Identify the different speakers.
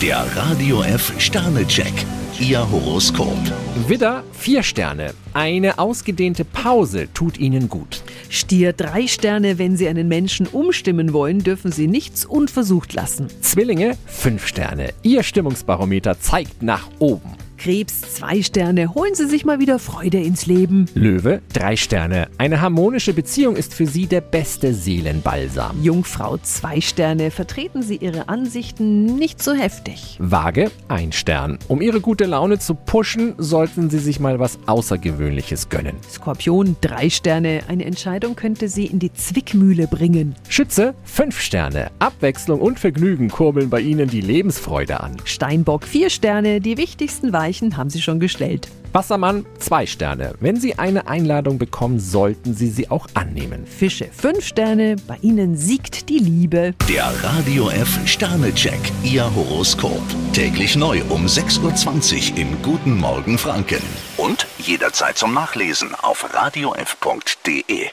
Speaker 1: Der Radio F Sternecheck, Ihr Horoskop.
Speaker 2: Widder, vier Sterne. Eine ausgedehnte Pause tut Ihnen gut.
Speaker 3: Stier drei Sterne, wenn Sie einen Menschen umstimmen wollen, dürfen Sie nichts unversucht lassen.
Speaker 2: Zwillinge, fünf Sterne. Ihr Stimmungsbarometer zeigt nach oben.
Speaker 3: Krebs zwei Sterne, holen Sie sich mal wieder Freude ins Leben.
Speaker 2: Löwe, drei Sterne. Eine harmonische Beziehung ist für Sie der beste Seelenbalsam.
Speaker 3: Jungfrau zwei Sterne, vertreten Sie Ihre Ansichten nicht so heftig.
Speaker 2: Waage, ein Stern. Um Ihre gute Laune zu pushen, sollten Sie sich mal was Außergewöhnliches gönnen.
Speaker 3: Skorpion drei Sterne, eine Entscheidung könnte Sie in die Zwickmühle bringen.
Speaker 2: Schütze, fünf Sterne. Abwechslung und Vergnügen kurbeln bei Ihnen die Lebensfreude an.
Speaker 3: Steinbock vier Sterne, die wichtigsten Weichen haben Sie schon gestellt.
Speaker 2: Wassermann, zwei Sterne. Wenn Sie eine Einladung bekommen, sollten Sie sie auch annehmen.
Speaker 3: Fische fünf Sterne, bei Ihnen siegt die Liebe.
Speaker 1: Der Radio F Sternecheck, Ihr Horoskop. Täglich neu um 6.20 Uhr im Guten Morgen Franken. Und jederzeit zum Nachlesen auf radiof.de.